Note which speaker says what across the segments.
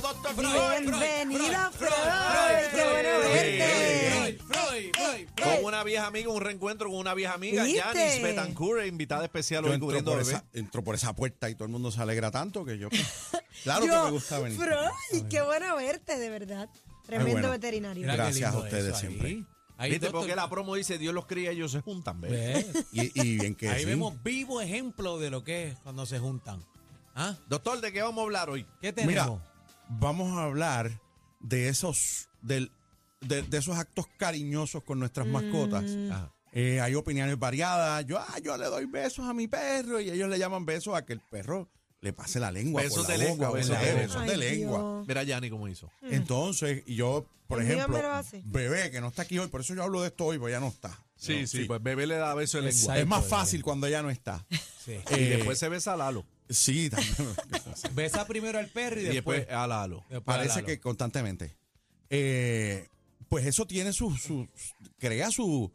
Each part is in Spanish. Speaker 1: doctor Freud.
Speaker 2: Bienvenido, Freud. Qué bueno
Speaker 1: Freud,
Speaker 2: verte.
Speaker 1: Freud, Freud.
Speaker 2: eh.
Speaker 1: Con una vieja amiga, un reencuentro con una vieja amiga,
Speaker 2: ¿Viste?
Speaker 1: Yanis Betancourt, invitada especial
Speaker 3: Yo
Speaker 1: hoy
Speaker 3: entro
Speaker 1: cubriendo
Speaker 3: por,
Speaker 1: bebé.
Speaker 3: esa, entro por esa puerta y todo el mundo se alegra tanto que yo. Claro
Speaker 2: Yo,
Speaker 3: que me gusta venir.
Speaker 2: Freud, qué bueno verte, de verdad. Tremendo
Speaker 3: bueno.
Speaker 2: veterinario.
Speaker 3: Mira. Gracias
Speaker 4: qué
Speaker 3: a
Speaker 4: lindo
Speaker 3: ustedes
Speaker 4: eso
Speaker 3: siempre.
Speaker 4: ahí. Ahí,
Speaker 1: ¿Viste?
Speaker 4: doctor,
Speaker 1: Porque la promo dice, Dios los cría y ellos se juntan, ¿ves?
Speaker 4: ve,
Speaker 3: Y, y bien que
Speaker 4: Ahí
Speaker 3: sí.
Speaker 4: vemos vivo ejemplo de lo que es cuando se juntan. ¿Ah?
Speaker 1: Doctor, ¿de qué vamos a hablar hoy?
Speaker 4: ¿Qué
Speaker 3: Mira,
Speaker 4: tenemos?
Speaker 3: vamos a hablar de esos, del- de, de esos actos cariñosos con nuestras mascotas.
Speaker 2: Mm.
Speaker 1: Ajá.
Speaker 3: Eh, hay opiniones variadas. Yo, ah, yo le doy besos a mi perro y ellos le llaman besos a que el perro le pase la lengua.
Speaker 1: Besos
Speaker 3: por la
Speaker 1: de
Speaker 3: boca,
Speaker 1: lengua,
Speaker 3: por
Speaker 1: besos
Speaker 3: la
Speaker 1: de
Speaker 3: boca,
Speaker 1: lengua.
Speaker 3: besos de
Speaker 2: Ay,
Speaker 3: lengua.
Speaker 2: Dios. Mm.
Speaker 1: Mira Yanni cómo hizo.
Speaker 3: Entonces, y yo, por
Speaker 2: El mío
Speaker 3: ejemplo,
Speaker 2: me lo hace.
Speaker 3: bebé que no está aquí hoy, por eso yo hablo de esto hoy, porque ya no está. No,
Speaker 1: bebé le da beso de
Speaker 4: Exacto.
Speaker 3: Es más
Speaker 4: Ay,
Speaker 3: fácil cuando ella no está.
Speaker 4: Sí.
Speaker 1: Y
Speaker 3: Eh,
Speaker 1: después se besa a Lalo.
Speaker 3: Sí, también.
Speaker 4: Besa primero al perro y
Speaker 1: Y después
Speaker 4: después.
Speaker 3: ah.
Speaker 1: a Lalo.
Speaker 4: después
Speaker 3: Parece
Speaker 4: alalo.
Speaker 3: que constantemente. Eh, pues eso tiene sus. sus- crea su-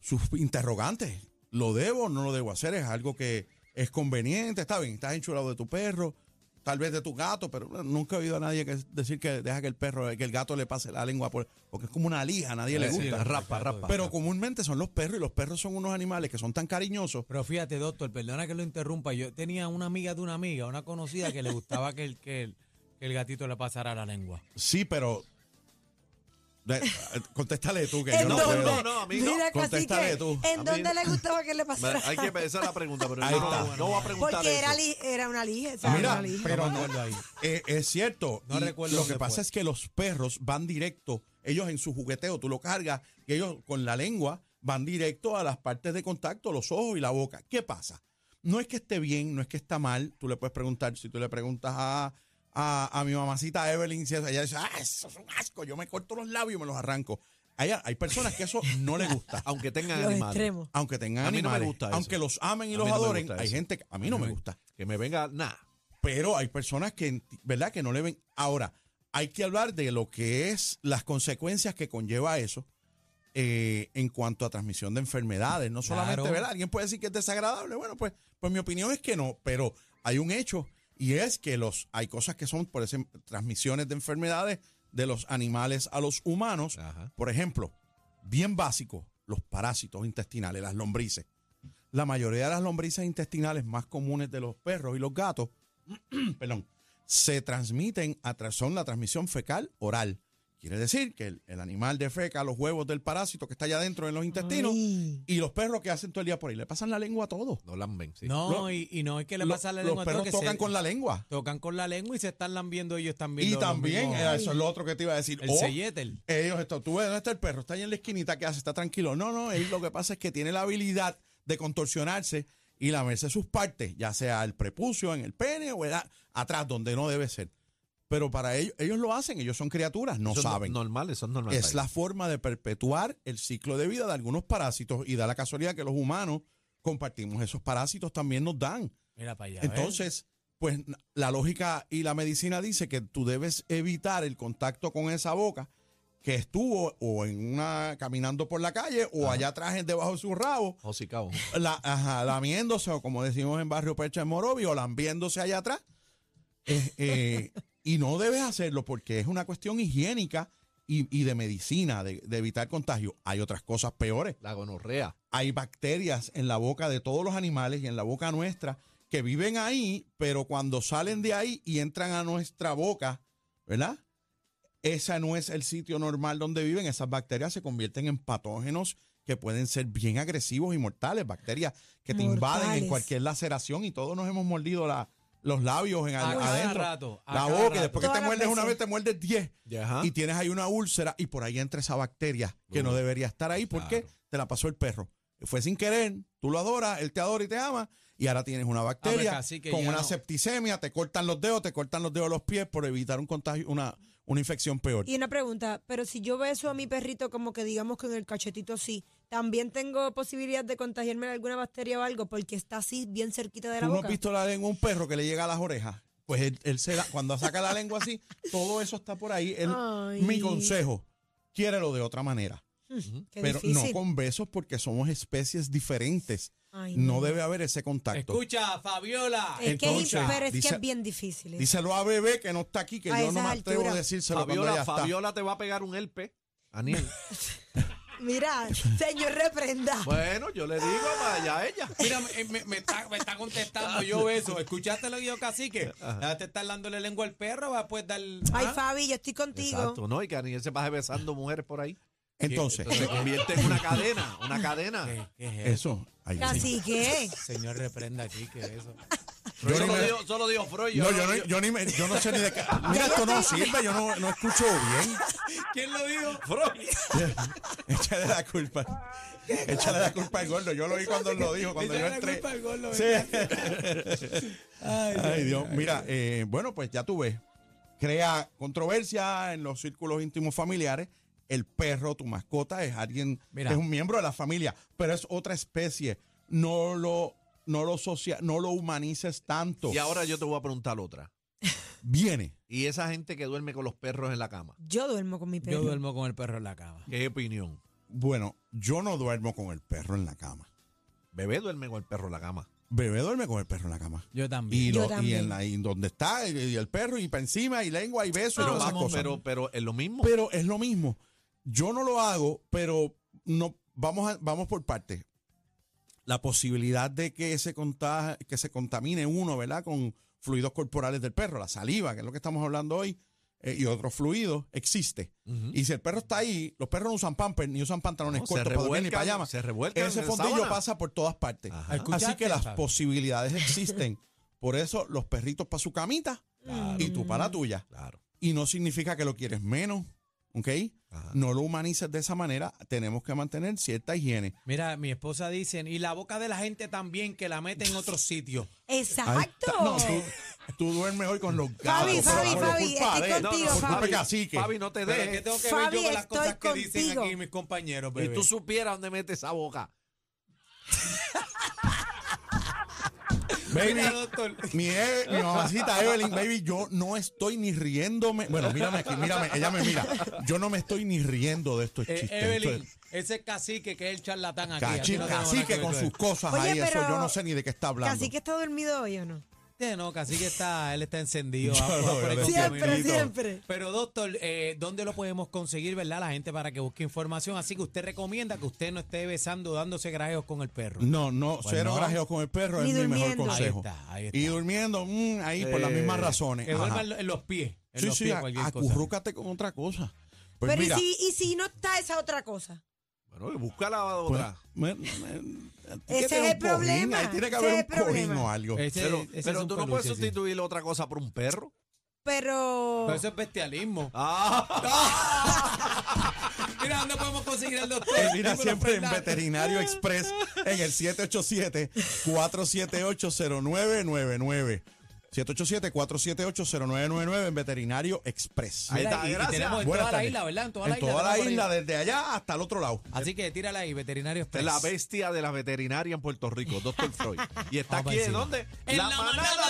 Speaker 3: sus interrogantes. ¿Lo debo o no lo debo hacer? Es algo que es conveniente. Está bien, estás enchulado de tu perro, tal vez de tu gato, pero nunca he oído a nadie que decir que deja que el perro, que el gato le pase la lengua por. Porque es como una lija, a nadie le
Speaker 4: Sí,
Speaker 3: gusta.
Speaker 4: la-
Speaker 1: Rapa, rapa.
Speaker 3: Pero comúnmente son los perros y los perros son unos animales que son tan cariñosos.
Speaker 4: Pero fíjate, doctor, perdona que lo interrumpa. Yo tenía una amiga de una amiga, una conocida, que le gustaba que el, que el, que el gatito le pasara la lengua.
Speaker 3: Sí, pero. de- eh, contéstale tú que yo
Speaker 2: ¿En
Speaker 3: no
Speaker 2: dónde?
Speaker 3: puedo.
Speaker 1: no, no, a mí no.
Speaker 2: Mira,
Speaker 3: Contéstale
Speaker 2: cacique,
Speaker 3: tú.
Speaker 1: A
Speaker 2: ¿en
Speaker 1: mí
Speaker 2: dónde
Speaker 1: no.
Speaker 2: le gustaba que le pasara?
Speaker 1: Hay que pensar la pregunta, pero
Speaker 3: Ahí
Speaker 1: no,
Speaker 3: está.
Speaker 1: no, no va a preguntar
Speaker 2: Porque era,
Speaker 1: eso.
Speaker 2: li- era una lija. esa era
Speaker 3: Mira,
Speaker 2: una lija.
Speaker 3: pero
Speaker 4: No me
Speaker 3: no-
Speaker 4: acuerdo ahí.
Speaker 3: Eh, es cierto.
Speaker 4: No
Speaker 3: y
Speaker 4: recuerdo
Speaker 3: Lo
Speaker 4: dónde
Speaker 3: que pasa
Speaker 4: fue.
Speaker 3: es que los perros van directo, ellos en su jugueteo, tú lo cargas y ellos con la lengua van directo a las partes de contacto, los ojos y la boca. ¿Qué pasa? No es que esté bien, no es que está mal. Tú le puedes preguntar, si tú le preguntas a, a, a mi mamacita Evelyn, si ella dice, ah, eso es un asco, yo me corto los labios y me los arranco. Hay, hay personas que eso no les gusta.
Speaker 1: Aunque tengan
Speaker 2: Los
Speaker 1: animales.
Speaker 2: extremos.
Speaker 3: Aunque tengan
Speaker 1: A mí no me
Speaker 3: animales,
Speaker 1: gusta eso.
Speaker 3: aunque los amen y
Speaker 1: A
Speaker 3: los
Speaker 1: mí no me
Speaker 3: adoren,
Speaker 1: gusta
Speaker 3: hay
Speaker 1: eso.
Speaker 3: gente que a mí no me gusta
Speaker 1: Que me venga, nada.
Speaker 3: pero hay personas que, enti- ¿verdad? Que no le ven. Ahora, hay que hablar de lo que es las consecuencias que conlleva eso eh, en cuanto a transmisión de enfermedades. No solamente,
Speaker 4: Claro.
Speaker 3: ¿verdad? Alguien puede decir que es desagradable. Bueno, pues, pues mi opinión es que no, pero hay un hecho y es que los hay cosas que son, por ejemplo, transmisiones de enfermedades de los animales a los humanos.
Speaker 1: Ajá.
Speaker 3: Por ejemplo, bien básico, los parásitos intestinales, las lombrices. La mayoría de las lombrices intestinales más comunes de los perros y los gatos, perdón, se transmiten a través son la transmisión fecal oral. Quiere decir que el, el animal defeca los huevos del parásito que está allá adentro en los intestinos
Speaker 2: Ay.
Speaker 3: y los perros que hacen todo el día por ahí le pasan la lengua a todo.
Speaker 1: No lamben, sí.
Speaker 4: No,
Speaker 3: Lo-
Speaker 4: y, y no es que le
Speaker 3: Lo-
Speaker 4: pasa la
Speaker 3: los
Speaker 4: lengua. a todo,
Speaker 3: perros
Speaker 4: que
Speaker 3: tocan
Speaker 4: se-
Speaker 3: con la lengua.
Speaker 4: Tocan con la lengua y se están lambiendo ellos también.
Speaker 3: Y
Speaker 4: los- los
Speaker 3: también,
Speaker 4: mismos-
Speaker 3: eh, eso es lo otro que te iba a decir.
Speaker 4: el
Speaker 3: O-
Speaker 4: selletel.
Speaker 3: Ellos, esto, tú ves dónde está el perro, está ahí en la esquinita, ¿qué hace? Está tranquilo. No, no, él lo que pasa es que tiene la habilidad de contorsionarse y lamerse sus partes, ya sea el prepucio, en el pene o era atrás, donde no debe ser. Pero para ellos, ellos lo hacen, ellos son criaturas, no
Speaker 1: Eso es
Speaker 3: saben.
Speaker 1: Normal, eso es normal.
Speaker 3: es la forma de perpetuar el ciclo de vida de algunos parásitos y da la casualidad que los humanos compartimos esos parásitos, también nos dan.
Speaker 4: Mira para allá. ¿ves?
Speaker 3: Entonces, pues n- la lógica y la medicina dice que tú debes evitar el contacto con esa boca que estuvo o en una caminando por la calle o allá atrás en- debajo de su rabo,
Speaker 1: Josicao.
Speaker 3: la, ajá, lamiéndose o como decimos en Barrio Percha en Morovi o lambiéndose allá atrás. Eh, eh, y no debes hacerlo porque es una cuestión higiénica y, y de medicina, de, de evitar contagio. Hay otras cosas peores
Speaker 1: La gonorrea.
Speaker 3: hay bacterias en la boca de todos los animales y en la boca nuestra que viven ahí, pero cuando salen de ahí y entran a nuestra boca, ¿verdad? Ese no es el sitio normal donde viven. Esas bacterias se convierten en patógenos que pueden ser bien agresivos y mortales. Bacterias que te invaden en
Speaker 2: Mortales.
Speaker 3: cualquier laceración y todos nos hemos mordido la- los labios en,
Speaker 4: A ¿eh? cada
Speaker 3: adentro.
Speaker 4: rato, a
Speaker 3: la
Speaker 4: cada
Speaker 3: boca, y
Speaker 4: rato.
Speaker 3: después que
Speaker 2: Todas
Speaker 3: te
Speaker 2: las
Speaker 3: muerdes una
Speaker 2: veces.
Speaker 3: vez, te muerdes 10
Speaker 1: Ajá.
Speaker 3: y tienes ahí una úlcera y por ahí entra esa bacteria que no
Speaker 1: Uh,
Speaker 3: debería estar ahí porque
Speaker 1: claro.
Speaker 3: te la pasó el perro. Fue sin querer, tú lo adoras, él te adora y te ama y ahora tienes
Speaker 4: Ah,
Speaker 3: una bacteria
Speaker 4: cacique,
Speaker 3: con
Speaker 4: pues ya
Speaker 3: una
Speaker 4: no.
Speaker 3: septicemia, te cortan los dedos, te cortan los dedos de los pies por evitar un contagio, una, una infección peor.
Speaker 2: Y una pregunta, pero si yo beso a mi perrito como que digamos que en el cachetito sí, ¿también tengo posibilidad de contagiarme de alguna bacteria o algo porque está así bien cerquita de
Speaker 3: ¿Tú
Speaker 2: la
Speaker 3: no has
Speaker 2: boca?
Speaker 3: visto la lengua de un perro que le llega a las orejas? Pues él, él se da- cuando saca la lengua así, todo eso está por ahí. Él-
Speaker 2: Ay.
Speaker 3: mi consejo, quiérelo de otra manera.
Speaker 2: Qué
Speaker 3: pero no
Speaker 2: difícil.
Speaker 3: con besos porque somos especies diferentes
Speaker 2: Ay,
Speaker 3: no debe haber ese contacto.
Speaker 4: Escucha, Fabiola.
Speaker 2: Es que es,
Speaker 3: Entonces,
Speaker 2: pero es que
Speaker 3: dice-
Speaker 2: es bien difícil.
Speaker 4: Este.
Speaker 2: ¿eh?
Speaker 3: Díselo a Bebé que no está aquí, que
Speaker 2: A
Speaker 3: yo no
Speaker 2: esas
Speaker 3: me atrevo a
Speaker 2: alturas.
Speaker 3: decírselo cuando ella
Speaker 1: Fabiola,
Speaker 3: está.
Speaker 1: Fabiola te va a pegar un elpe. Aniel.
Speaker 2: Mira, señor, reprenda.
Speaker 1: bueno, yo le digo vaya a ella.
Speaker 4: Mira, me, me- me está, me está contestando yo eso. ¿Escuchaste lo que yo cacique? Ya te estás dándole lengua al perro, va a poder dar.
Speaker 2: Ay,
Speaker 4: ¿Ah?
Speaker 2: Fabi, yo estoy contigo.
Speaker 1: Exacto, ¿no? Y que Aniel se pase besando mujeres por ahí.
Speaker 3: Entonces,
Speaker 1: Se convierte en una cadena, una cadena.
Speaker 3: Eh,
Speaker 4: ¿Qué, qué es eso?
Speaker 3: eso. ahí sí.
Speaker 2: Casi que.
Speaker 4: Señor, reprenda aquí, ¿qué es eso?
Speaker 3: Yo
Speaker 1: Solo
Speaker 3: ni me-
Speaker 1: dijo- Solo dijo Freud.
Speaker 3: No, yo
Speaker 1: no-
Speaker 3: no, yo ni me- yo no sé ni de qué. Mira, esto no sirve, yo no, no escucho bien.
Speaker 4: ¿Quién lo dijo?
Speaker 1: Freud.
Speaker 3: Échale la culpa. Échale la culpa al gordo. Yo lo vi cuando él lo dijo, cuando yo
Speaker 4: Échale la
Speaker 3: entré.
Speaker 4: culpa al gordo,
Speaker 3: Sí. Ay, Dios. Mira, eh, bueno, pues ya tú ves. Crea controversia en los círculos íntimos familiares. El perro, tu mascota, es alguien,
Speaker 4: Mira.
Speaker 3: es un miembro de la familia, pero es otra especie. No lo, no lo socia- no lo humanices tanto.
Speaker 1: Y ahora yo te voy a preguntar otra.
Speaker 3: Viene.
Speaker 1: Y esa gente que duerme con los perros en la cama,
Speaker 2: Yo duermo con mi perro.
Speaker 4: Yo duermo con el perro en la cama.
Speaker 1: ¿qué opinión?
Speaker 3: Bueno, yo no duermo con el perro en la cama.
Speaker 1: Bebé duerme con el perro en la cama.
Speaker 3: Bebé duerme con el perro en la cama.
Speaker 4: Yo
Speaker 3: Y,
Speaker 4: también.
Speaker 2: Yo
Speaker 3: lo- y
Speaker 2: también.
Speaker 3: en la, y donde está, y, y el perro, y para encima, y lengua, y beso, y
Speaker 1: Pero
Speaker 3: todas esas
Speaker 1: vamos,
Speaker 3: cosas.
Speaker 1: pero, pero es lo mismo.
Speaker 3: Pero es lo mismo. Yo no lo hago, pero no vamos, a- vamos por partes. La posibilidad de que se, conta- que se contamine uno, ¿verdad? Con fluidos corporales del perro, la saliva, que es lo que estamos hablando hoy, eh, y otros fluidos, existe.
Speaker 1: Ujú.
Speaker 3: Y si el perro está ahí, los perros no usan pampers, ni usan pantalones
Speaker 1: No, se
Speaker 3: cortos, para dormir, ni
Speaker 1: revuelcan,
Speaker 3: payamas.
Speaker 1: se revuelcan
Speaker 3: Ese
Speaker 1: en
Speaker 3: fondillo
Speaker 1: sábana.
Speaker 3: pasa por todas partes.
Speaker 1: Ajá.
Speaker 3: Así
Speaker 4: ¿Escuchaste,
Speaker 3: que las
Speaker 4: Fabi?
Speaker 3: posibilidades existen. Por eso los perritos para su camita y tú para la tuya.
Speaker 1: Claro.
Speaker 3: Y no significa que lo quieres menos, ¿ok?
Speaker 1: Ajá.
Speaker 3: No lo humanices de esa manera. Tenemos que mantener cierta higiene.
Speaker 4: Mira, mi esposa dicen, y la boca de la gente también que la mete en otro sitio.
Speaker 3: Ahí
Speaker 2: Exacto.
Speaker 3: está. No, tú, tú duermes hoy con los gatos.
Speaker 2: Fabi,
Speaker 3: por
Speaker 2: Fabi,
Speaker 3: favor,
Speaker 2: Fabi,
Speaker 3: culpa
Speaker 2: estoy
Speaker 3: de él.
Speaker 2: contigo,
Speaker 3: por culpa
Speaker 2: Fabi.
Speaker 3: de cacique.
Speaker 1: Fabi, no te
Speaker 4: Pero es que
Speaker 1: dejes.
Speaker 4: tengo que
Speaker 2: Pues, Fabi,
Speaker 4: ver yo con las
Speaker 2: estoy
Speaker 4: cosas que dicen
Speaker 2: contigo.
Speaker 4: aquí mis compañeros,
Speaker 1: Y
Speaker 4: bebé.
Speaker 1: tú supieras dónde mete esa boca.
Speaker 3: Baby,
Speaker 4: Mira, doctor.
Speaker 3: mi, e- mi mamacita Evelyn, baby, yo no estoy ni riéndome. Bueno, mírame aquí, mírame, ella me mira. Yo no me estoy ni riendo de estos
Speaker 4: Eh,
Speaker 3: chistes.
Speaker 4: Evelyn,
Speaker 3: Entonces,
Speaker 4: ese cacique que es el charlatán aquí.
Speaker 3: cachi-
Speaker 4: aquí no tenemos nada
Speaker 3: cacique
Speaker 4: que
Speaker 3: con
Speaker 4: ver
Speaker 3: sus cosas
Speaker 2: Oye,
Speaker 3: ahí, eso
Speaker 2: pero-
Speaker 3: yo no sé ni de qué está hablando.
Speaker 2: Casi que está dormido hoy o no.
Speaker 4: Este no, cacique está, él está encendido.
Speaker 3: Yo
Speaker 4: va por-
Speaker 3: lo
Speaker 4: por
Speaker 3: veo,
Speaker 4: ahí
Speaker 3: lo
Speaker 4: con
Speaker 3: veo.
Speaker 4: caminito.
Speaker 2: Siempre, siempre.
Speaker 4: Pero doctor, eh, ¿dónde lo podemos conseguir, verdad? La gente para que busque información. Así que usted recomienda que usted no esté besando, dándose grajeos con el perro.
Speaker 3: No, no,
Speaker 4: Pues
Speaker 3: cero
Speaker 4: no.
Speaker 3: grajeos con el perro
Speaker 2: Ni
Speaker 3: es mi mejor
Speaker 2: durmiendo.
Speaker 3: consejo.
Speaker 4: Ahí está, ahí está.
Speaker 3: Y durmiendo, mm, ahí por las
Speaker 1: Eh,
Speaker 3: mismas razones.
Speaker 4: Que
Speaker 3: Ajá.
Speaker 4: duerma en lo- en los pies. En
Speaker 3: Sí,
Speaker 4: los
Speaker 3: sí,
Speaker 4: pies,
Speaker 3: a-
Speaker 4: cualquier cosa.
Speaker 3: acurrúcate con otra cosa. Pues
Speaker 2: pero
Speaker 3: mira,
Speaker 2: ¿y, si, y si no está esa otra cosa.
Speaker 1: Bueno, y busca la
Speaker 3: pues,
Speaker 1: otra.
Speaker 3: me- me- tiene que
Speaker 2: Ese es
Speaker 3: tener un
Speaker 2: el problema,
Speaker 3: cojín, Ahí tiene que
Speaker 2: ese
Speaker 3: haber
Speaker 2: es
Speaker 3: un
Speaker 2: el
Speaker 3: cojín
Speaker 2: problema.
Speaker 3: o algo.
Speaker 4: Ese-
Speaker 1: pero
Speaker 4: ese es
Speaker 1: pero
Speaker 4: un
Speaker 1: tú no puedes
Speaker 4: peluche, sí.
Speaker 1: sustituir la otra cosa por un perro.
Speaker 2: Pero.
Speaker 4: Pero eso es bestialismo.
Speaker 1: Ah,
Speaker 4: Mira, ¿dónde podemos conseguir al doctor?
Speaker 3: Él Pues mira
Speaker 4: Dímelo,
Speaker 3: siempre en
Speaker 4: Fernando.
Speaker 3: Veterinario Express en el 787-478-0999. 787-478-0999 en Veterinario Express.
Speaker 1: Ahí
Speaker 4: Mira,
Speaker 1: está,
Speaker 4: y- y
Speaker 1: gracias.
Speaker 4: tenemos en
Speaker 3: Buenas
Speaker 4: toda la
Speaker 3: tardes.
Speaker 4: isla, ¿verdad? En toda la
Speaker 3: En
Speaker 4: isla.
Speaker 3: toda la
Speaker 4: tenemos por ahí.
Speaker 3: isla, desde allá hasta el otro lado.
Speaker 4: Así que tírala ahí, veterinario
Speaker 1: es
Speaker 4: express.
Speaker 1: la bestia de la veterinaria en Puerto Rico, Dr. Freud. Y está
Speaker 4: Vamos
Speaker 1: aquí, ¿de
Speaker 4: encima.
Speaker 1: dónde?
Speaker 4: En la manada